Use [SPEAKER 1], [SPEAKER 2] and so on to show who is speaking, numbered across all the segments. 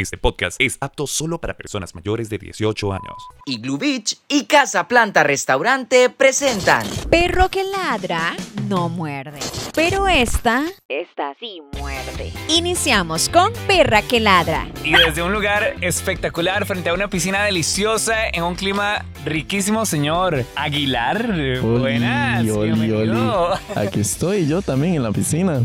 [SPEAKER 1] Este podcast es apto solo para personas mayores de 18 años.
[SPEAKER 2] Igloo Beach y Casa Planta Restaurante presentan.
[SPEAKER 3] Perro que ladra no muerde, pero esta, esta sí muerde. Iniciamos con Perra que ladra.
[SPEAKER 4] Y desde un lugar espectacular, frente a una piscina deliciosa, en un clima riquísimo, señor Aguilar. eh,
[SPEAKER 5] Oli,
[SPEAKER 4] Buenas.
[SPEAKER 5] oli,
[SPEAKER 4] bienvenido.
[SPEAKER 5] oli. Aquí estoy yo también en la piscina.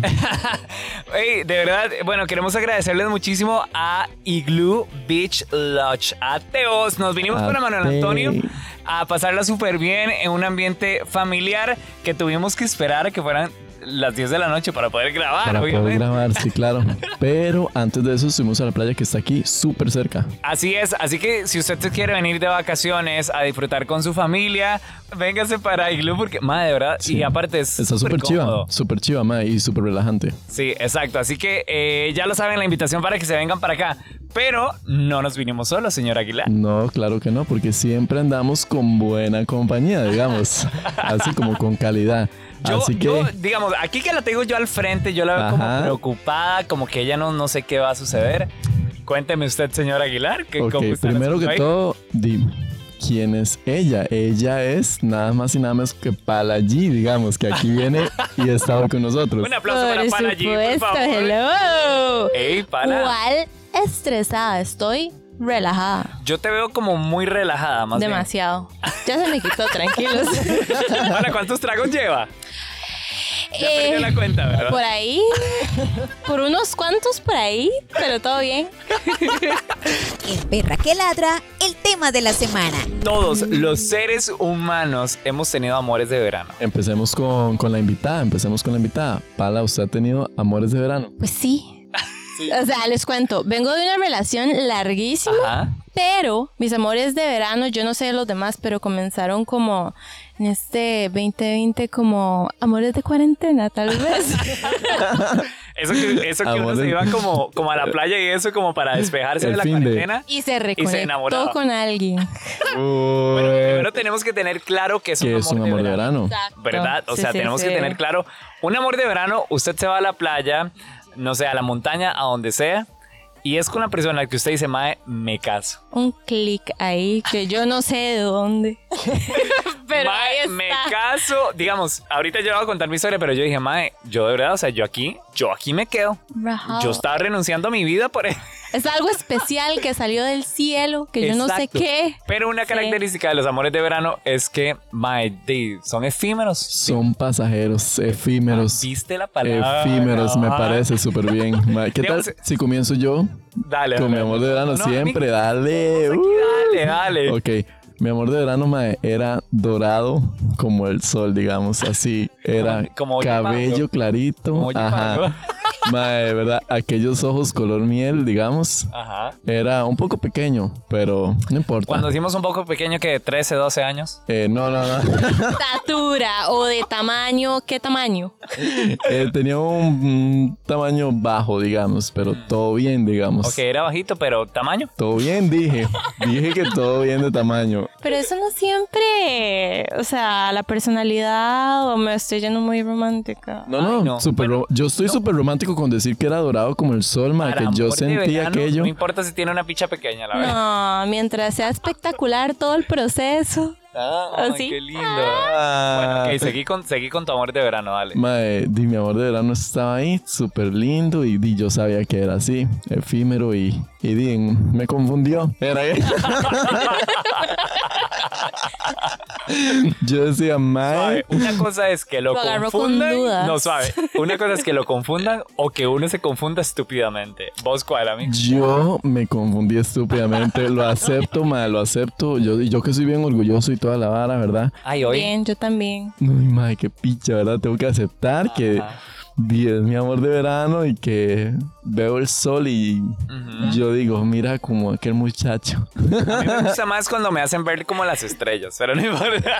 [SPEAKER 4] Ey, de verdad, bueno, queremos agradecerles muchísimo a Igloo Beach Lodge. A Teos, nos vinimos para Manuel Antonio
[SPEAKER 5] Ate.
[SPEAKER 4] a pasarla súper bien en un ambiente familiar que tuvimos que esperar a que fueran las 10 de la noche para poder grabar,
[SPEAKER 5] Para poder
[SPEAKER 4] obviamente.
[SPEAKER 5] grabar, sí, claro. Pero antes de eso estuvimos a la playa que está aquí súper cerca.
[SPEAKER 4] Así es, así que si usted se quiere venir de vacaciones a disfrutar con su familia, véngase para Igloo porque, madre, de verdad,
[SPEAKER 5] Sí.
[SPEAKER 4] y aparte es
[SPEAKER 5] Está súper chiva,
[SPEAKER 4] cómodo.
[SPEAKER 5] súper chiva, ma, y súper relajante.
[SPEAKER 4] Sí, exacto, así que eh, ya lo saben, la invitación para que se vengan para acá. Pero no nos vinimos solos, señor Aguilar.
[SPEAKER 5] No, claro que no, porque siempre andamos con buena compañía, digamos. Así como con calidad.
[SPEAKER 4] Yo,
[SPEAKER 5] Así que,
[SPEAKER 4] yo, digamos, aquí que la tengo yo al frente, yo la veo como
[SPEAKER 5] Ajá.
[SPEAKER 4] preocupada, como que ella no, no sé qué va a suceder. Cuénteme usted, señor Aguilar, que
[SPEAKER 5] ok,
[SPEAKER 4] cómo está el
[SPEAKER 5] primero que
[SPEAKER 4] asunto ahí.
[SPEAKER 5] todo, di, ¿quién es ella? Ella es nada más y nada menos que Paladí, digamos, que aquí viene y está hoy con nosotros.
[SPEAKER 4] Un aplauso para Pala allí, por favor.
[SPEAKER 6] hello.
[SPEAKER 4] Ey, Pala.
[SPEAKER 6] ¿Cuál estresada? Estoy relajada.
[SPEAKER 4] Yo te veo como muy relajada, más bien.
[SPEAKER 6] Demasiado. Ya se me quitó, tranquilos.
[SPEAKER 4] Ahora, ¿cuántos tragos lleva? Ya
[SPEAKER 6] Eh,
[SPEAKER 4] perdió la cuenta, ¿verdad?
[SPEAKER 6] por ahí, por unos cuantos por ahí, pero todo bien.
[SPEAKER 3] En Perra que ladra, el tema de la semana.
[SPEAKER 4] Todos los seres humanos hemos tenido amores de verano.
[SPEAKER 5] Empecemos con, con la invitada, empecemos con la invitada. Pala, usted ha tenido amores de verano.
[SPEAKER 6] Pues sí. O sea, les cuento, vengo de una relación larguísima,
[SPEAKER 4] Ajá.
[SPEAKER 6] pero mis amores de verano, yo no sé los demás, pero comenzaron como en este 2020 como amores de cuarentena, tal vez.
[SPEAKER 4] Eso que, eso que uno
[SPEAKER 5] Amores.
[SPEAKER 4] se iba como, como a la playa y eso como para despejarse
[SPEAKER 5] El
[SPEAKER 4] de la
[SPEAKER 5] fin de-
[SPEAKER 4] cuarentena.
[SPEAKER 6] y se
[SPEAKER 4] enamoraba.
[SPEAKER 6] reconectó con alguien.
[SPEAKER 4] Bueno, pues, primero tenemos que tener claro Eh, que es un
[SPEAKER 5] que
[SPEAKER 4] amor,
[SPEAKER 5] es un amor de verano.
[SPEAKER 4] ¿Verdad? O
[SPEAKER 6] Sí,
[SPEAKER 4] sea,
[SPEAKER 6] sí,
[SPEAKER 4] tenemos
[SPEAKER 6] sí.
[SPEAKER 4] que tener claro. Un amor de verano, usted se va a la playa, no sé, a la montaña, a donde sea, y es con la persona que usted dice, mae, me caso.
[SPEAKER 6] Un clic ahí que yo no sé de dónde. Pero ahí
[SPEAKER 4] Mae,
[SPEAKER 6] está.
[SPEAKER 4] me caso, digamos, ahorita yo voy a contar mi historia, pero yo dije, mae, yo de verdad, o sea, yo aquí, yo aquí me quedo.
[SPEAKER 6] Rajado.
[SPEAKER 4] Yo estaba renunciando a mi vida por e-". él.
[SPEAKER 6] Es algo especial que salió del cielo, que yo no sé
[SPEAKER 4] Exacto.
[SPEAKER 6] qué.
[SPEAKER 4] Pero una
[SPEAKER 6] Sí.
[SPEAKER 4] característica de los amores de verano es que, mae, di, son efímeros.
[SPEAKER 5] Son pasajeros, efímeros.
[SPEAKER 4] Viste la Ah, palabra.
[SPEAKER 5] Efímeros, me
[SPEAKER 4] Ajá.
[SPEAKER 5] parece súper bien. Ma, ¿Qué tal
[SPEAKER 4] Digamos,
[SPEAKER 5] si comienzo yo?
[SPEAKER 4] Dale.
[SPEAKER 5] Con mi
[SPEAKER 4] dale.
[SPEAKER 5] amor de verano,
[SPEAKER 4] No, no,
[SPEAKER 5] siempre,
[SPEAKER 4] mi-
[SPEAKER 5] dale.
[SPEAKER 4] aquí, Dale, dale.
[SPEAKER 5] uh. Ok, mi amor de verano mae, era dorado como el sol, digamos, así. Era
[SPEAKER 4] Como hoy Pablo.
[SPEAKER 5] cabello
[SPEAKER 4] Como
[SPEAKER 5] clarito.
[SPEAKER 4] hoy Pablo.
[SPEAKER 5] Ajá. Mae, ¿verdad? Aquellos ojos color miel, digamos.
[SPEAKER 4] Ajá.
[SPEAKER 5] Era un poco pequeño, pero no importa.
[SPEAKER 4] Cuando hicimos un poco pequeño, que de 13, 12 años.
[SPEAKER 5] Eh, no, no, no.
[SPEAKER 6] Estatura o de tamaño, ¿qué tamaño?
[SPEAKER 5] Eh, tenía un, mm, tamaño bajo, digamos, pero todo bien, digamos.
[SPEAKER 4] Mm. Ok, era bajito, pero tamaño.
[SPEAKER 5] Todo bien, dije. Dije que todo bien de tamaño.
[SPEAKER 6] Pero eso no siempre, o sea, la personalidad o me estoy yendo muy romántica.
[SPEAKER 5] No,
[SPEAKER 4] Ay,
[SPEAKER 5] no,
[SPEAKER 4] no.
[SPEAKER 5] súper ro- yo estoy súper romántico con decir que era dorado como el sol, ma, que
[SPEAKER 4] Para
[SPEAKER 5] yo
[SPEAKER 4] amor de
[SPEAKER 5] sentí
[SPEAKER 4] verano,
[SPEAKER 5] aquello.
[SPEAKER 4] No importa si tiene una picha pequeña, la verdad.
[SPEAKER 6] No, mientras sea espectacular todo el proceso.
[SPEAKER 4] Ah,
[SPEAKER 6] ¿Ah, sí?
[SPEAKER 4] qué lindo.
[SPEAKER 5] Ah.
[SPEAKER 4] Bueno,
[SPEAKER 5] Eh.
[SPEAKER 4] ok, seguí con, seguí con tu amor de verano, dale.
[SPEAKER 5] Mae, di, mi amor de verano estaba ahí, súper lindo, y di, yo sabía que era así, efímero, y, y di, me confundió. Era él. yo decía, mae,
[SPEAKER 4] Suave. Una cosa es que lo,
[SPEAKER 6] Lo agarró con
[SPEAKER 4] confundan.
[SPEAKER 6] dudas.
[SPEAKER 4] no suave. Una cosa es que lo confundan o que uno se confunda estúpidamente. ¿Vos cuál, amigo?
[SPEAKER 5] yo me confundí estúpidamente, lo acepto, mae, lo acepto, yo, yo que soy bien orgulloso y toda la vara, ¿verdad?
[SPEAKER 4] Ay, hoy.
[SPEAKER 6] Bien, yo también.
[SPEAKER 5] Uy, madre, qué picha, ¿verdad? Tengo que aceptar que
[SPEAKER 4] Ajá.
[SPEAKER 5] di, es mi amor de verano y que veo el sol y
[SPEAKER 4] Ujú.
[SPEAKER 5] yo digo, mira como aquel muchacho.
[SPEAKER 4] A mí me gusta más cuando me hacen ver como las estrellas, pero no importa.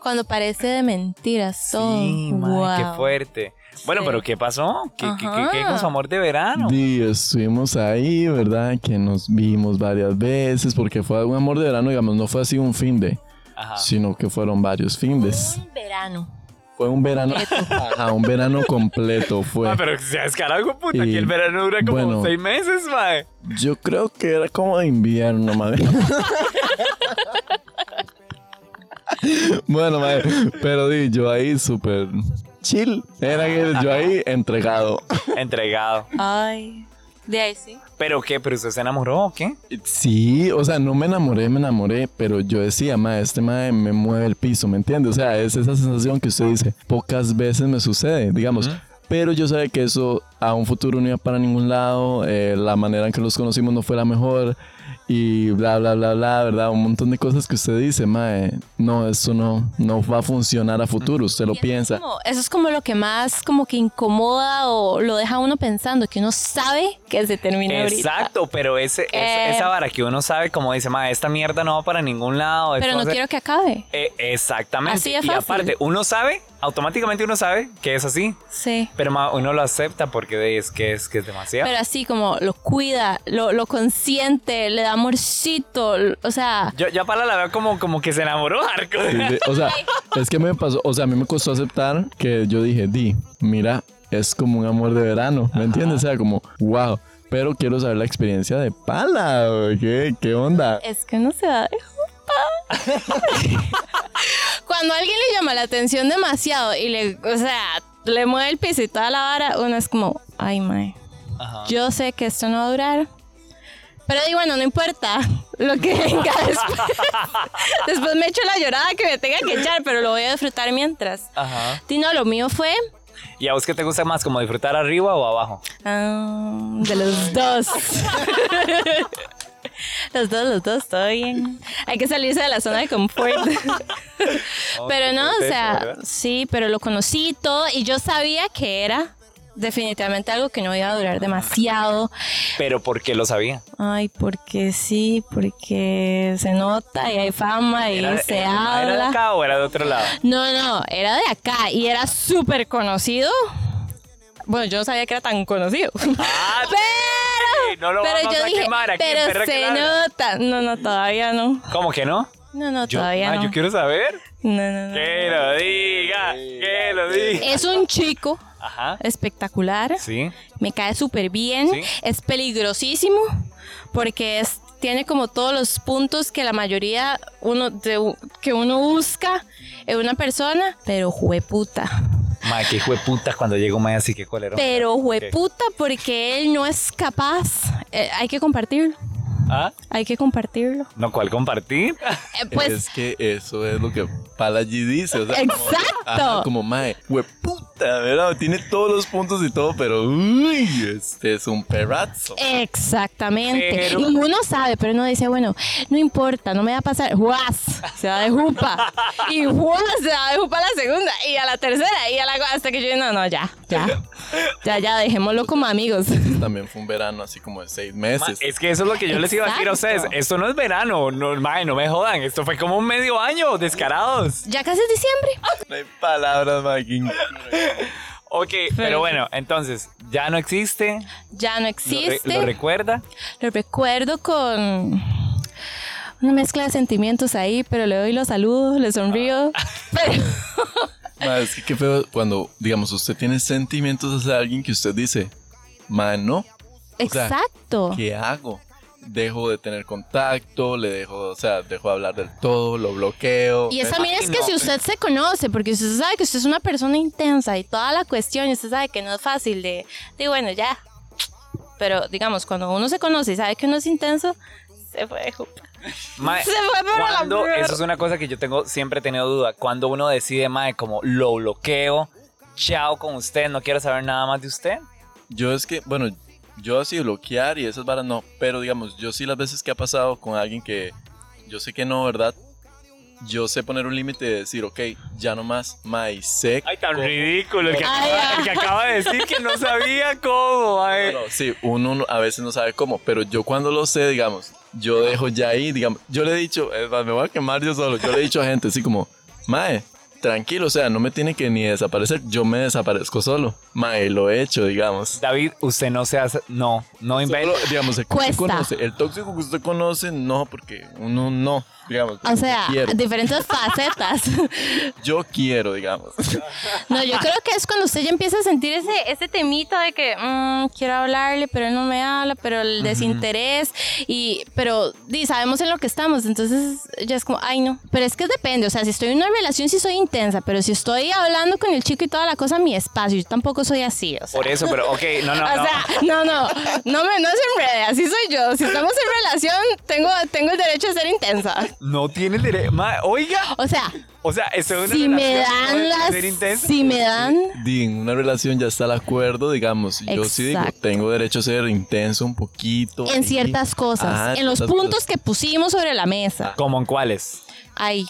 [SPEAKER 6] Cuando parece de mentiras todo.
[SPEAKER 4] Sí, madre, qué
[SPEAKER 6] Wow.
[SPEAKER 4] fuerte. Bueno,
[SPEAKER 6] Oh, Sí.
[SPEAKER 4] pero ¿qué pasó? ¿Qué, qué, qué,
[SPEAKER 6] Ajá.
[SPEAKER 4] qué con su amor de verano?
[SPEAKER 5] Di, estuvimos ahí, ¿verdad? Que nos vimos varias veces porque fue un amor de verano, digamos, no fue así un fin de,
[SPEAKER 4] Ajá.
[SPEAKER 5] sino que fueron varios findes.
[SPEAKER 6] Un verano.
[SPEAKER 5] Fue un verano. Ajá, un verano completo fue.
[SPEAKER 4] Ah, pero se ha escalado, puta.
[SPEAKER 5] Y-
[SPEAKER 4] Aquí el verano dura como
[SPEAKER 5] bueno.
[SPEAKER 4] seis meses, mae.
[SPEAKER 5] Yo creo que era como de invierno, madre. bueno, madre, pero di, yo ahí súper chill. Era que yo ahí entregado.
[SPEAKER 4] Entregado.
[SPEAKER 6] Ay. De ahí sí.
[SPEAKER 4] ¿Pero qué? ¿Pero usted se enamoró o qué?
[SPEAKER 5] Sí, o sea, no me enamoré, me enamoré, pero yo decía, madre, este madre me mueve el piso, ¿me entiendes? O sea, es esa sensación que usted dice, pocas veces me sucede, digamos. Pero yo sabía que eso a un futuro no iba para ningún lado, eh, la manera en que los conocimos no fue la mejor y bla, bla, bla, bla, ¿verdad? Un montón de cosas que usted dice, madre, no, esto no, no va a funcionar a futuro, usted lo
[SPEAKER 6] Y eso es
[SPEAKER 5] piensa.
[SPEAKER 6] como- eso es como lo que más como que incomoda o lo deja a uno pensando, que uno sabe que se termina ahorita.
[SPEAKER 4] Exacto, pero ese, es-
[SPEAKER 6] Eh.
[SPEAKER 4] esa vara que uno sabe, como dice, mae, esta mierda no va para ningún lado. esto
[SPEAKER 6] Pero
[SPEAKER 4] va
[SPEAKER 6] no
[SPEAKER 4] a ser-
[SPEAKER 6] quiero que acabe.
[SPEAKER 4] Eh, exactamente.
[SPEAKER 6] Así de
[SPEAKER 4] Y
[SPEAKER 6] fácil.
[SPEAKER 4] aparte, uno sabe, automáticamente uno sabe que es así,
[SPEAKER 6] Sí.
[SPEAKER 4] pero ma, uno lo acepta porque de- es que es, que es demasiado.
[SPEAKER 6] Pero así como lo cuida, lo, lo consiente, le da amorcito, l- o sea,
[SPEAKER 4] yo, yo a Pala la veo como, como que se enamoró, Arco.
[SPEAKER 5] Sí, de- o sea, es que me pasó, o sea, a mí me costó aceptar que yo dije, di, mira, es como un amor de verano, ¿me entiendes? O sea, como, wow, pero quiero saber la experiencia de pala, güey, ¿qué, qué onda?
[SPEAKER 6] es que no se da de jupa. Cuando a alguien le llama la atención demasiado y le, o sea, le mueve el piso y toda la vara, uno es como, ay, mae.
[SPEAKER 4] Ajá.
[SPEAKER 6] Yo sé que esto no va a durar. Pero digo, bueno, no importa lo que venga después. después me echo la llorada que me tenga que echar, pero lo voy a disfrutar mientras.
[SPEAKER 4] Ajá.
[SPEAKER 6] Y no, lo mío fue
[SPEAKER 4] ¿Y a vos qué te gusta más, como disfrutar arriba o abajo?
[SPEAKER 6] ah, de los dos. los dos, los dos, todo bien. Hay que salirse de la zona de confort. pero no, o
[SPEAKER 4] fuerte eso,
[SPEAKER 6] sea,
[SPEAKER 4] ¿verdad?
[SPEAKER 6] sí, pero lo conocí y todo y yo sabía que era definitivamente algo que no iba a durar demasiado.
[SPEAKER 4] Pero porque lo sabía.
[SPEAKER 6] Ay, porque sí, porque se nota y hay fama y se
[SPEAKER 4] era- ¿Era de
[SPEAKER 6] habla.
[SPEAKER 4] acá o era de otro lado?
[SPEAKER 6] no, no, era de acá y era súper conocido. Bueno, yo no sabía que era tan conocido.
[SPEAKER 4] Ah, sí,
[SPEAKER 6] pero
[SPEAKER 4] no lo
[SPEAKER 6] pero
[SPEAKER 4] vamos
[SPEAKER 6] yo
[SPEAKER 4] a
[SPEAKER 6] dije,
[SPEAKER 4] quemar aquí en
[SPEAKER 6] pero
[SPEAKER 4] Perra que
[SPEAKER 6] se
[SPEAKER 4] Ladra".
[SPEAKER 6] nota. No, no, todavía no.
[SPEAKER 4] ¿Cómo que no?
[SPEAKER 6] No, no,
[SPEAKER 4] Yo,
[SPEAKER 6] todavía
[SPEAKER 4] ah,
[SPEAKER 6] no.
[SPEAKER 4] yo quiero saber.
[SPEAKER 6] No, no, no.
[SPEAKER 4] Que lo diga, que lo diga.
[SPEAKER 6] Es un chico
[SPEAKER 4] Ajá.
[SPEAKER 6] espectacular.
[SPEAKER 4] Sí.
[SPEAKER 6] Me cae súper bien.
[SPEAKER 4] Sí.
[SPEAKER 6] Es peligrosísimo porque es, tiene como todos los puntos que la mayoría uno de- que uno busca en una persona, pero jueputa.
[SPEAKER 4] Ma, que hijo de puta cuando llegó Maya, así que cuál era.
[SPEAKER 6] Pero jueputa porque él no es capaz. Eh, hay que compartirlo.
[SPEAKER 4] ¿Ah?
[SPEAKER 6] Hay que compartirlo.
[SPEAKER 4] No, ¿cuál compartir?
[SPEAKER 6] Eh, pues
[SPEAKER 5] es que eso es lo que Pala allí dice, o sea, como-
[SPEAKER 6] Exacto.
[SPEAKER 5] ajá, como mae, hueputa, ¿verdad? Tiene todos los puntos y todo, pero uy, este es un perrazo.
[SPEAKER 6] Exactamente.
[SPEAKER 4] Pero-
[SPEAKER 6] Y uno sabe, pero uno dice, bueno, no importa, no me va a pasar. ¡Guas! Se va de jupa. Y ¡guas! Se va de jupa a la segunda, y a la tercera, y a la cua- hasta que yo digo, no, no, ya, ya. Ya, ya, dejémoslo como amigos.
[SPEAKER 5] También fue un verano así como de seis
[SPEAKER 4] Ma,
[SPEAKER 5] meses.
[SPEAKER 4] es que eso es lo que yo les iba a decir a ustedes.
[SPEAKER 6] Exacto.
[SPEAKER 4] Esto no es verano, no, ma, no me jodan. Esto fue como un medio año, descarados.
[SPEAKER 6] Ya casi es diciembre.
[SPEAKER 5] No hay palabras, mae. qué increíble.
[SPEAKER 4] Ok, pero bueno, entonces, ya no existe.
[SPEAKER 6] Ya no
[SPEAKER 4] Lo, re-
[SPEAKER 6] existe.
[SPEAKER 4] lo recuerda.
[SPEAKER 6] Lo recuerdo con una mezcla de sentimientos ahí, pero le doy los saludos, le sonrío.
[SPEAKER 4] Ah.
[SPEAKER 6] Pero
[SPEAKER 5] Madre, es que qué feo cuando, digamos, usted tiene sentimientos hacia alguien que usted dice, mano, sea,
[SPEAKER 6] exacto.
[SPEAKER 5] ¿qué hago? Dejo de tener contacto, le dejo, o sea, dejo de hablar del todo, lo bloqueo.
[SPEAKER 6] Y
[SPEAKER 5] ¿ves?
[SPEAKER 6] esa mía es que
[SPEAKER 4] no.
[SPEAKER 6] si usted se conoce, porque usted sabe que usted es una persona intensa y toda la cuestión, y usted sabe que no es fácil de, de bueno, ya. Pero digamos, cuando uno se conoce y sabe que uno es intenso, se fue de jupa.
[SPEAKER 4] Ma,
[SPEAKER 6] Se fue por la
[SPEAKER 4] cuando-
[SPEAKER 6] mierda.
[SPEAKER 4] Eso es una cosa que yo tengo siempre he tenido duda. Cuando uno decide, mae, como lo bloqueo, chao con usted, no quiero saber nada más de usted.
[SPEAKER 5] Yo es que, bueno, yo así bloquear y esas varas no, pero digamos, yo sí las veces que ha pasado con alguien que yo sé que no, ¿verdad? Yo sé poner un límite de decir, ok, ya no más, mae, sé. cómo-
[SPEAKER 4] ridículo. El que,
[SPEAKER 6] Ay, acaba- ah. el
[SPEAKER 4] acaba de decir que no sabía cómo,
[SPEAKER 5] Bueno, sí, uno no- a veces no sabe cómo, pero yo cuando lo sé, digamos, yo dejo ya ahí, digamos, yo le he dicho, es más, me voy a quemar yo solo, yo le he dicho a gente así como, Mae, tranquilo, o sea, no me tiene que ni desaparecer, yo me desaparezco solo. Mae, lo he hecho, digamos.
[SPEAKER 4] David, usted no se hace. No, no
[SPEAKER 5] Solo,
[SPEAKER 4] inventa.
[SPEAKER 5] digamos, el que
[SPEAKER 6] Cuesta.
[SPEAKER 5] usted conoce, el tóxico que usted conoce, no, porque uno no, digamos.
[SPEAKER 6] O sea,
[SPEAKER 5] yo quiero,
[SPEAKER 6] diferentes facetas.
[SPEAKER 5] yo quiero, digamos.
[SPEAKER 6] No, yo creo que es cuando usted ya empieza a sentir ese, ese temita de que mm, quiero hablarle, pero él no me habla, pero el desinterés, y, pero di, sabemos en lo que estamos, entonces ya es como, ay no, pero es que depende, o sea, si estoy en una relación sí soy intensa, pero si estoy hablando con el chico y toda la cosa, mi espacio, yo tampoco soy así, o sea.
[SPEAKER 4] Por eso, pero ok, no, no,
[SPEAKER 6] o
[SPEAKER 4] no.
[SPEAKER 6] sea, no, no, no me no se enrede, así soy yo. Si estamos en relación, tengo, tengo el derecho a ser intensa.
[SPEAKER 4] No tiene el derecho. Ma- Oiga,
[SPEAKER 6] O sea,
[SPEAKER 4] o sea, esto es una
[SPEAKER 6] si me
[SPEAKER 4] relación, ¿no?
[SPEAKER 6] dan las,
[SPEAKER 4] Ser intenso.
[SPEAKER 6] si me dan
[SPEAKER 5] Di, en una relación ya está el acuerdo, digamos. Yo sí digo,
[SPEAKER 6] Exacto.
[SPEAKER 5] tengo derecho a ser intenso un poquito. ahí.
[SPEAKER 6] En ciertas cosas,
[SPEAKER 4] Ah,
[SPEAKER 5] Ajá,
[SPEAKER 6] en
[SPEAKER 5] ciertas
[SPEAKER 6] los
[SPEAKER 4] pues,
[SPEAKER 6] puntos
[SPEAKER 5] cosas.
[SPEAKER 6] que pusimos sobre la mesa.
[SPEAKER 4] ¿Cómo en cuáles?
[SPEAKER 6] Ay,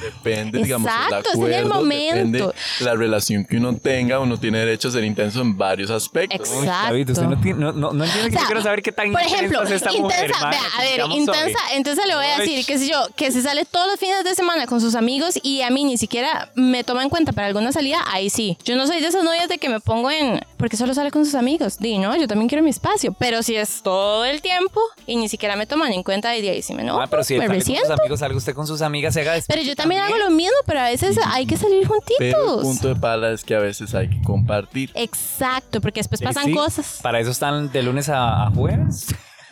[SPEAKER 5] Depende, digamos, el
[SPEAKER 6] Exacto, es en el
[SPEAKER 5] acuerdo,
[SPEAKER 6] momento.
[SPEAKER 5] depende la relación que uno tenga, uno tiene derecho a ser intenso en varios aspectos.
[SPEAKER 6] Exacto.
[SPEAKER 4] David, usted no, tiene, no, no, no entiende que
[SPEAKER 6] O sea,
[SPEAKER 4] yo quiero saber qué tan
[SPEAKER 6] por ejemplo,
[SPEAKER 4] intensa es esta
[SPEAKER 6] intensa,
[SPEAKER 4] mujer. ma,
[SPEAKER 6] vea, a ver,
[SPEAKER 4] digamos,
[SPEAKER 6] intensa,
[SPEAKER 4] sorry.
[SPEAKER 6] entonces le voy a decir,
[SPEAKER 4] Uy.
[SPEAKER 6] qué sé yo, que se sale todos los fines de semana con sus amigos y a mí ni siquiera me toma en cuenta para alguna salida, ahí sí. Yo no soy de esas novias de que me pongo en, porque solo sale con sus amigos. Di, no, yo también quiero mi espacio, pero si es todo el tiempo y ni siquiera me toman en cuenta, y de ahí sí me no,
[SPEAKER 4] Ah, pero si
[SPEAKER 6] me
[SPEAKER 4] sale con sus
[SPEAKER 6] resiento.
[SPEAKER 4] amigos, salga usted con sus amigas, se haga
[SPEAKER 6] Pero yo también, hago lo mismo, pero a veces hay que salir juntitos.
[SPEAKER 5] Pero el punto de pala es que a veces hay que compartir.
[SPEAKER 6] Exacto, porque después
[SPEAKER 4] Sí,
[SPEAKER 6] pasan
[SPEAKER 4] sí.
[SPEAKER 6] cosas.
[SPEAKER 4] Para eso están de lunes a, a jueves.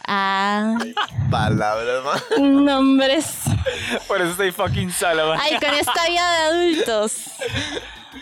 [SPEAKER 6] Ah,
[SPEAKER 5] Palabras más.
[SPEAKER 6] nombres.
[SPEAKER 4] Por eso estoy fucking sola, ma.
[SPEAKER 6] Ay, con esta vida de adultos.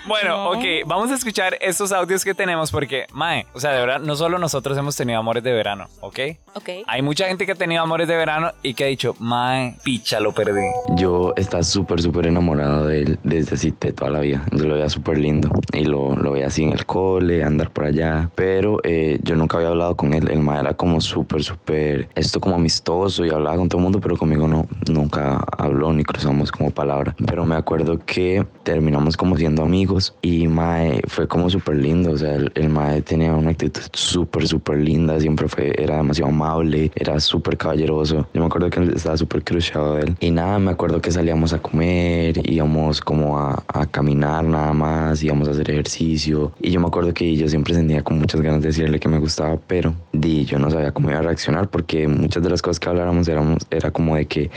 [SPEAKER 4] Bueno, ok, vamos a escuchar estos audios que tenemos porque, mae, o sea, de verdad, no solo nosotros hemos tenido amores de verano, ¿ok?
[SPEAKER 6] Ok.
[SPEAKER 4] Hay mucha gente que ha tenido amores de verano y que ha dicho, mae, picha, lo perdí.
[SPEAKER 7] Yo estaba súper, súper enamorado de él desde así de toda la vida. Yo lo veía súper lindo y lo, lo veía así en el cole, andar por allá. Pero eh, yo nunca había hablado con él. El mae era como súper, súper, esto como amistoso y hablaba con todo el mundo, pero conmigo no, nunca habló ni cruzamos como palabra. Pero me acuerdo que terminamos como siendo amigos y mae fue como súper lindo. O sea, el, el mae tenía una actitud súper, súper linda. Siempre fue, era demasiado amable, era súper caballeroso. Yo me acuerdo que estaba súper crushado de él. Y nada, me acuerdo que salíamos a comer, íbamos como a, a caminar nada más, íbamos a hacer ejercicio. Y yo me acuerdo que yo siempre sentía con muchas ganas de decirle que me gustaba, pero di, yo no sabía cómo iba a reaccionar porque muchas de las cosas que habláramos éramos, era como de que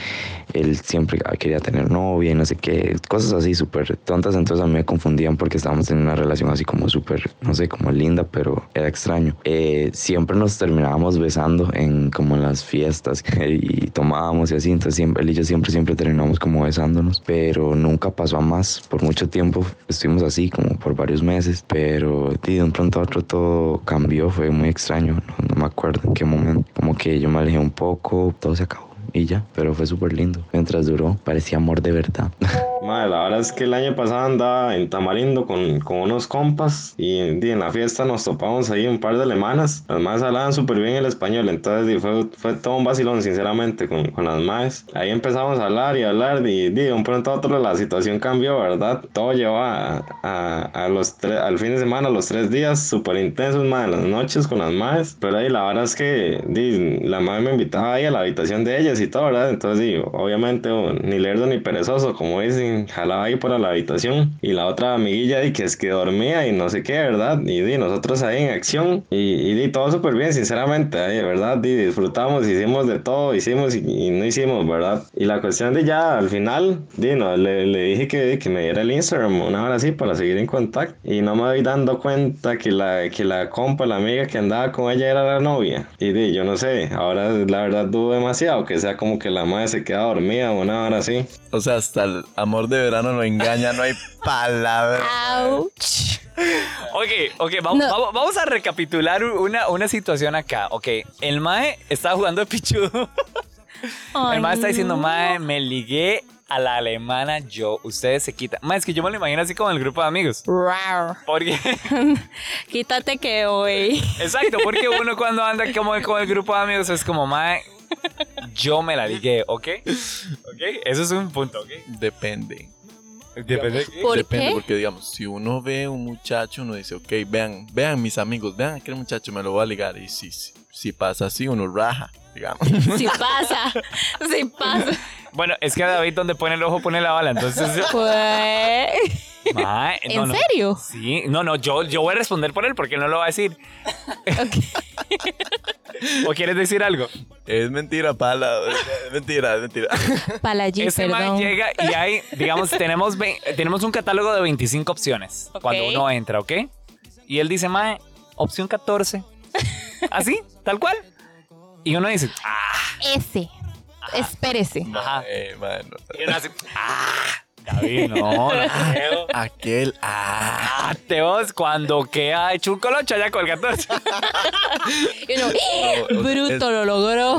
[SPEAKER 7] él siempre quería tener novia y no sé qué, cosas así súper tontas, entonces a mí me confundían porque estábamos en una relación así como súper, no sé, como linda, pero era extraño. Eh, siempre nos terminábamos besando en como en las fiestas y tomábamos y así, entonces siempre, él y yo siempre, siempre terminamos como besándonos, pero nunca pasó a más, por mucho tiempo estuvimos así como por varios meses, pero di, de un pronto a otro todo cambió, fue muy extraño, no, no me acuerdo en qué momento, como que yo me alejé un poco, todo se acabó y ya, pero fue súper lindo. Mientras duró, parecía amor de verdad.
[SPEAKER 8] Madre, la verdad es que el año pasado andaba en Tamarindo con, con unos compas y, en- di, en la fiesta nos topamos ahí un par de alemanas. Las más hablaban súper bien el español, entonces di, fue, fue todo un vacilón, sinceramente, con, con las más. Ahí empezamos a hablar y a hablar y di, de un pronto a otro la situación cambió, ¿verdad? Todo llevó a, a- a los tres, al fin de semana, a los tres días súper intensos, madre, las noches con las más. Pero ahí la verdad es que di, la madre me invitaba ahí a la habitación de ellas y todo, ¿verdad? Entonces, di, obviamente, oh, ni lerdo ni perezoso, como dicen, jalaba ahí para la habitación. Y la otra amiguilla, di, que es que dormía y no sé qué, ¿verdad? Y di, nosotros ahí en acción. Y, y di, todo súper bien, sinceramente, ahí, ¿verdad? Di, disfrutamos, hicimos de todo, hicimos y, y no hicimos, ¿verdad? Y la cuestión de ya, al final, di, no, le, le dije que, que me diera el Instagram una hora así para seguir en contacto. Y no me voy dando cuenta que la, que la compa, la amiga que andaba con ella era la novia. Y di, yo no sé, ahora la verdad dudo demasiado que sea como que la madre se queda dormida o una hora así.
[SPEAKER 5] O sea, hasta el amor de verano lo engaña, no hay palabras.
[SPEAKER 6] Ouch.
[SPEAKER 4] Ok, ok, vamos,
[SPEAKER 6] No.
[SPEAKER 4] vamos, vamos a recapitular u- una, una situación acá. Ok, el mae estaba jugando de pichudo. el mae está diciendo, mae, me ligué a la alemana yo, ustedes se quitan. Mae, es que yo me lo imagino así como el grupo de amigos.
[SPEAKER 6] Rar.
[SPEAKER 4] Porque,
[SPEAKER 6] Quítate que hoy.
[SPEAKER 4] exacto, porque uno cuando anda como con el grupo de amigos es como, mae, yo me la ligué, ¿ok? ¿Ok? Eso es un punto, ¿ok?
[SPEAKER 5] Depende.
[SPEAKER 4] Depende de
[SPEAKER 6] ¿Por
[SPEAKER 5] Depende,
[SPEAKER 6] qué?
[SPEAKER 5] porque digamos, si uno ve un muchacho, uno dice, ok, vean, vean mis amigos, vean aquel muchacho, me lo voy a ligar. Y sí, sí, si pasa así, uno raja, digamos.
[SPEAKER 6] Si pasa, si pasa.
[SPEAKER 4] Bueno, es que David donde pone el ojo pone la bala, entonces...
[SPEAKER 6] Pues,
[SPEAKER 4] Mae,
[SPEAKER 6] ¿En
[SPEAKER 4] no, no.
[SPEAKER 6] serio?
[SPEAKER 4] Sí, no, no, yo, yo voy a responder por él porque él no lo va a decir. ¿O quieres decir algo?
[SPEAKER 5] Es mentira, pala. Es mentira, es mentira.
[SPEAKER 6] Palayí,
[SPEAKER 4] Ese mae
[SPEAKER 6] perdón.
[SPEAKER 4] llega y hay, digamos, tenemos, ve- tenemos un catálogo de 25 opciones
[SPEAKER 6] Ok.
[SPEAKER 4] cuando uno entra, ¿ok? Y él dice, mae, opción 14. Así, tal cual. Y uno dice, ah,
[SPEAKER 6] Ese. Espérese.
[SPEAKER 4] Ajá.
[SPEAKER 5] Ay, mae, eh, no.
[SPEAKER 4] y uno hace, ah, David, no, no creo.
[SPEAKER 5] Aquel. Ah.
[SPEAKER 4] Ah, Teos, cuando queda hecho un colocho allá con el 14.
[SPEAKER 6] Y uno, ¡eh!
[SPEAKER 5] No, o sea,
[SPEAKER 6] bruto,
[SPEAKER 5] es-
[SPEAKER 6] lo logró.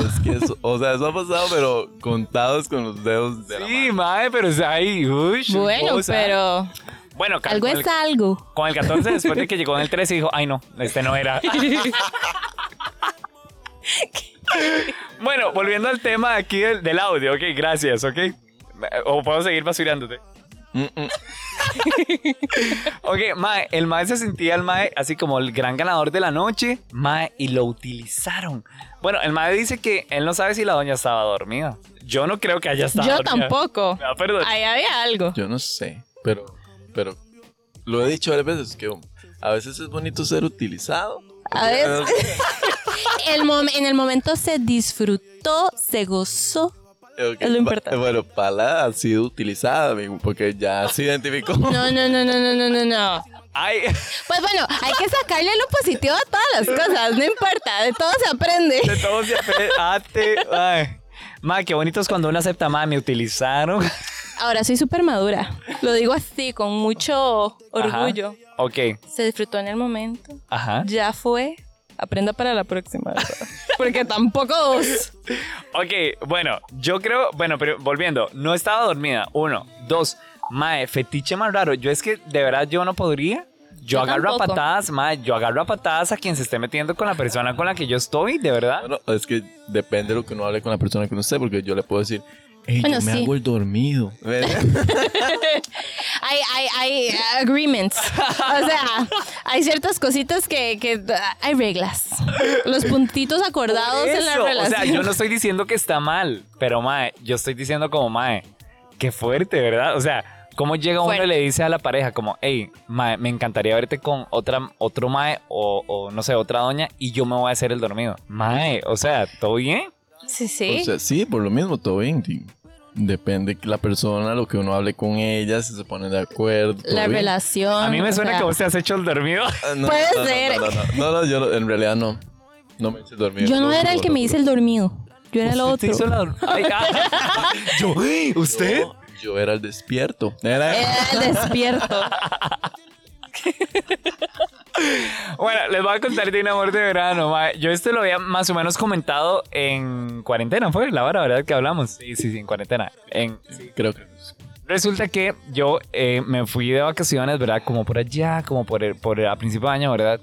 [SPEAKER 5] Es que eso, o sea, eso ha pasado, pero contados con los dedos de la
[SPEAKER 4] Sí,
[SPEAKER 5] mano.
[SPEAKER 4] mae, pero es ahí, uy,
[SPEAKER 6] Bueno,
[SPEAKER 4] cosa.
[SPEAKER 6] pero
[SPEAKER 4] Bueno, cal-
[SPEAKER 6] algo
[SPEAKER 4] con,
[SPEAKER 6] es
[SPEAKER 4] el,
[SPEAKER 6] algo.
[SPEAKER 4] con el 14, después de que llegó en el 13, dijo, ay no, este no era. bueno, volviendo al tema aquí del, del audio, ok, gracias, ok. O puedo seguir basurándote.
[SPEAKER 5] Mm, mm.
[SPEAKER 4] Ok, Mae, el Mae se sentía el Mae así como el gran ganador de la noche, Mae, y lo utilizaron. Bueno, el Mae dice que él no sabe si la doña estaba dormida. Yo no creo que haya estado
[SPEAKER 6] Yo
[SPEAKER 4] dormida.
[SPEAKER 6] tampoco.
[SPEAKER 4] No, perdón.
[SPEAKER 6] Ahí había algo.
[SPEAKER 5] Yo no sé, pero, pero lo he dicho varias veces que a veces es bonito ser utilizado.
[SPEAKER 6] A veces. El mom- en el momento se disfrutó, se gozó.
[SPEAKER 5] Ok,
[SPEAKER 6] Es lo
[SPEAKER 5] pa-
[SPEAKER 6] importante.
[SPEAKER 5] Bueno, Pala ha sido utilizada, amigo, porque ya se identificó.
[SPEAKER 6] No, no, no, no, no, no, no, no.
[SPEAKER 4] Ay,
[SPEAKER 6] Pues bueno, hay que sacarle lo positivo a todas las cosas, no importa, de todo se aprende.
[SPEAKER 4] de todo se apre- ate, Mae. Mae, qué bonito es cuando uno acepta, Mae, me utilizaron.
[SPEAKER 6] Ahora soy súper madura. Lo digo así, con mucho
[SPEAKER 4] Ajá. Ah.
[SPEAKER 6] orgullo.
[SPEAKER 4] Ok,
[SPEAKER 6] Se disfrutó en el momento.
[SPEAKER 4] ajá.
[SPEAKER 6] Ya fue. Aprenda para la próxima. ¿verdad? Porque tampoco dos.
[SPEAKER 4] Ok, bueno, yo creo, bueno, pero volviendo, no estaba dormida. Uno, dos, mae, fetiche más raro. Yo es que de verdad yo no podría. Yo,
[SPEAKER 6] Yo
[SPEAKER 4] agarro a
[SPEAKER 6] tampoco.
[SPEAKER 4] patadas, mae, yo agarro a patadas a quien se esté metiendo con la persona con la que yo estoy, de verdad.
[SPEAKER 5] Bueno, es que depende de lo que uno hable con la persona que uno esté, porque yo le puedo decir, hey,
[SPEAKER 6] Bueno,
[SPEAKER 5] yo me
[SPEAKER 6] sí.
[SPEAKER 5] hago el dormido.
[SPEAKER 6] Hay, hay, hay uh, agreements. O sea, hay ciertas cositas que, que hay reglas. Los puntitos acordados en la
[SPEAKER 4] Eso, o
[SPEAKER 6] relación.
[SPEAKER 4] sea, yo no estoy diciendo que está mal, pero mae, yo estoy diciendo como mae, qué fuerte, ¿verdad? O sea, cómo llega uno
[SPEAKER 6] Fuerte.
[SPEAKER 4] y le dice a la pareja como, hey, mae, me encantaría verte con otra, otro mae o, o no sé, otra doña y yo me voy a hacer el dormido. Mae, o sea, ¿todo bien?
[SPEAKER 6] Sí, sí.
[SPEAKER 5] O sea, sí, por lo mismo, todo bien. di- Depende que la persona, lo que uno hable con ella, si se ponen de acuerdo. todo
[SPEAKER 6] la
[SPEAKER 5] bien.
[SPEAKER 6] relación.
[SPEAKER 4] A mí me
[SPEAKER 6] o
[SPEAKER 4] suena
[SPEAKER 6] sea,
[SPEAKER 4] que vos te has hecho el dormido.
[SPEAKER 5] Ah, no,
[SPEAKER 6] Puede
[SPEAKER 5] no, no,
[SPEAKER 6] ser.
[SPEAKER 5] No, no, no, no, no, yo no- en realidad no. No me hice dormir.
[SPEAKER 6] Yo no era el que me hice el dormido. Yo era el
[SPEAKER 4] Te
[SPEAKER 6] otro.
[SPEAKER 4] hizo la dor- Ay, ah. Yo, "Ey, ¿usted?
[SPEAKER 5] Yo, yo era el despierto. Era-
[SPEAKER 6] Era el despierto.
[SPEAKER 4] Bueno, les voy a contar de un amor de verano. mae. Yo esto lo había más o menos comentado en cuarentena, fue la hora, ¿verdad? Que hablamos. Sí, sí, sí, en cuarentena. En,
[SPEAKER 5] Creo que sí.
[SPEAKER 4] Resulta que yo eh, me fui de vacaciones, ¿verdad? Como por allá, como por, el- por el- a principio de año, ¿verdad?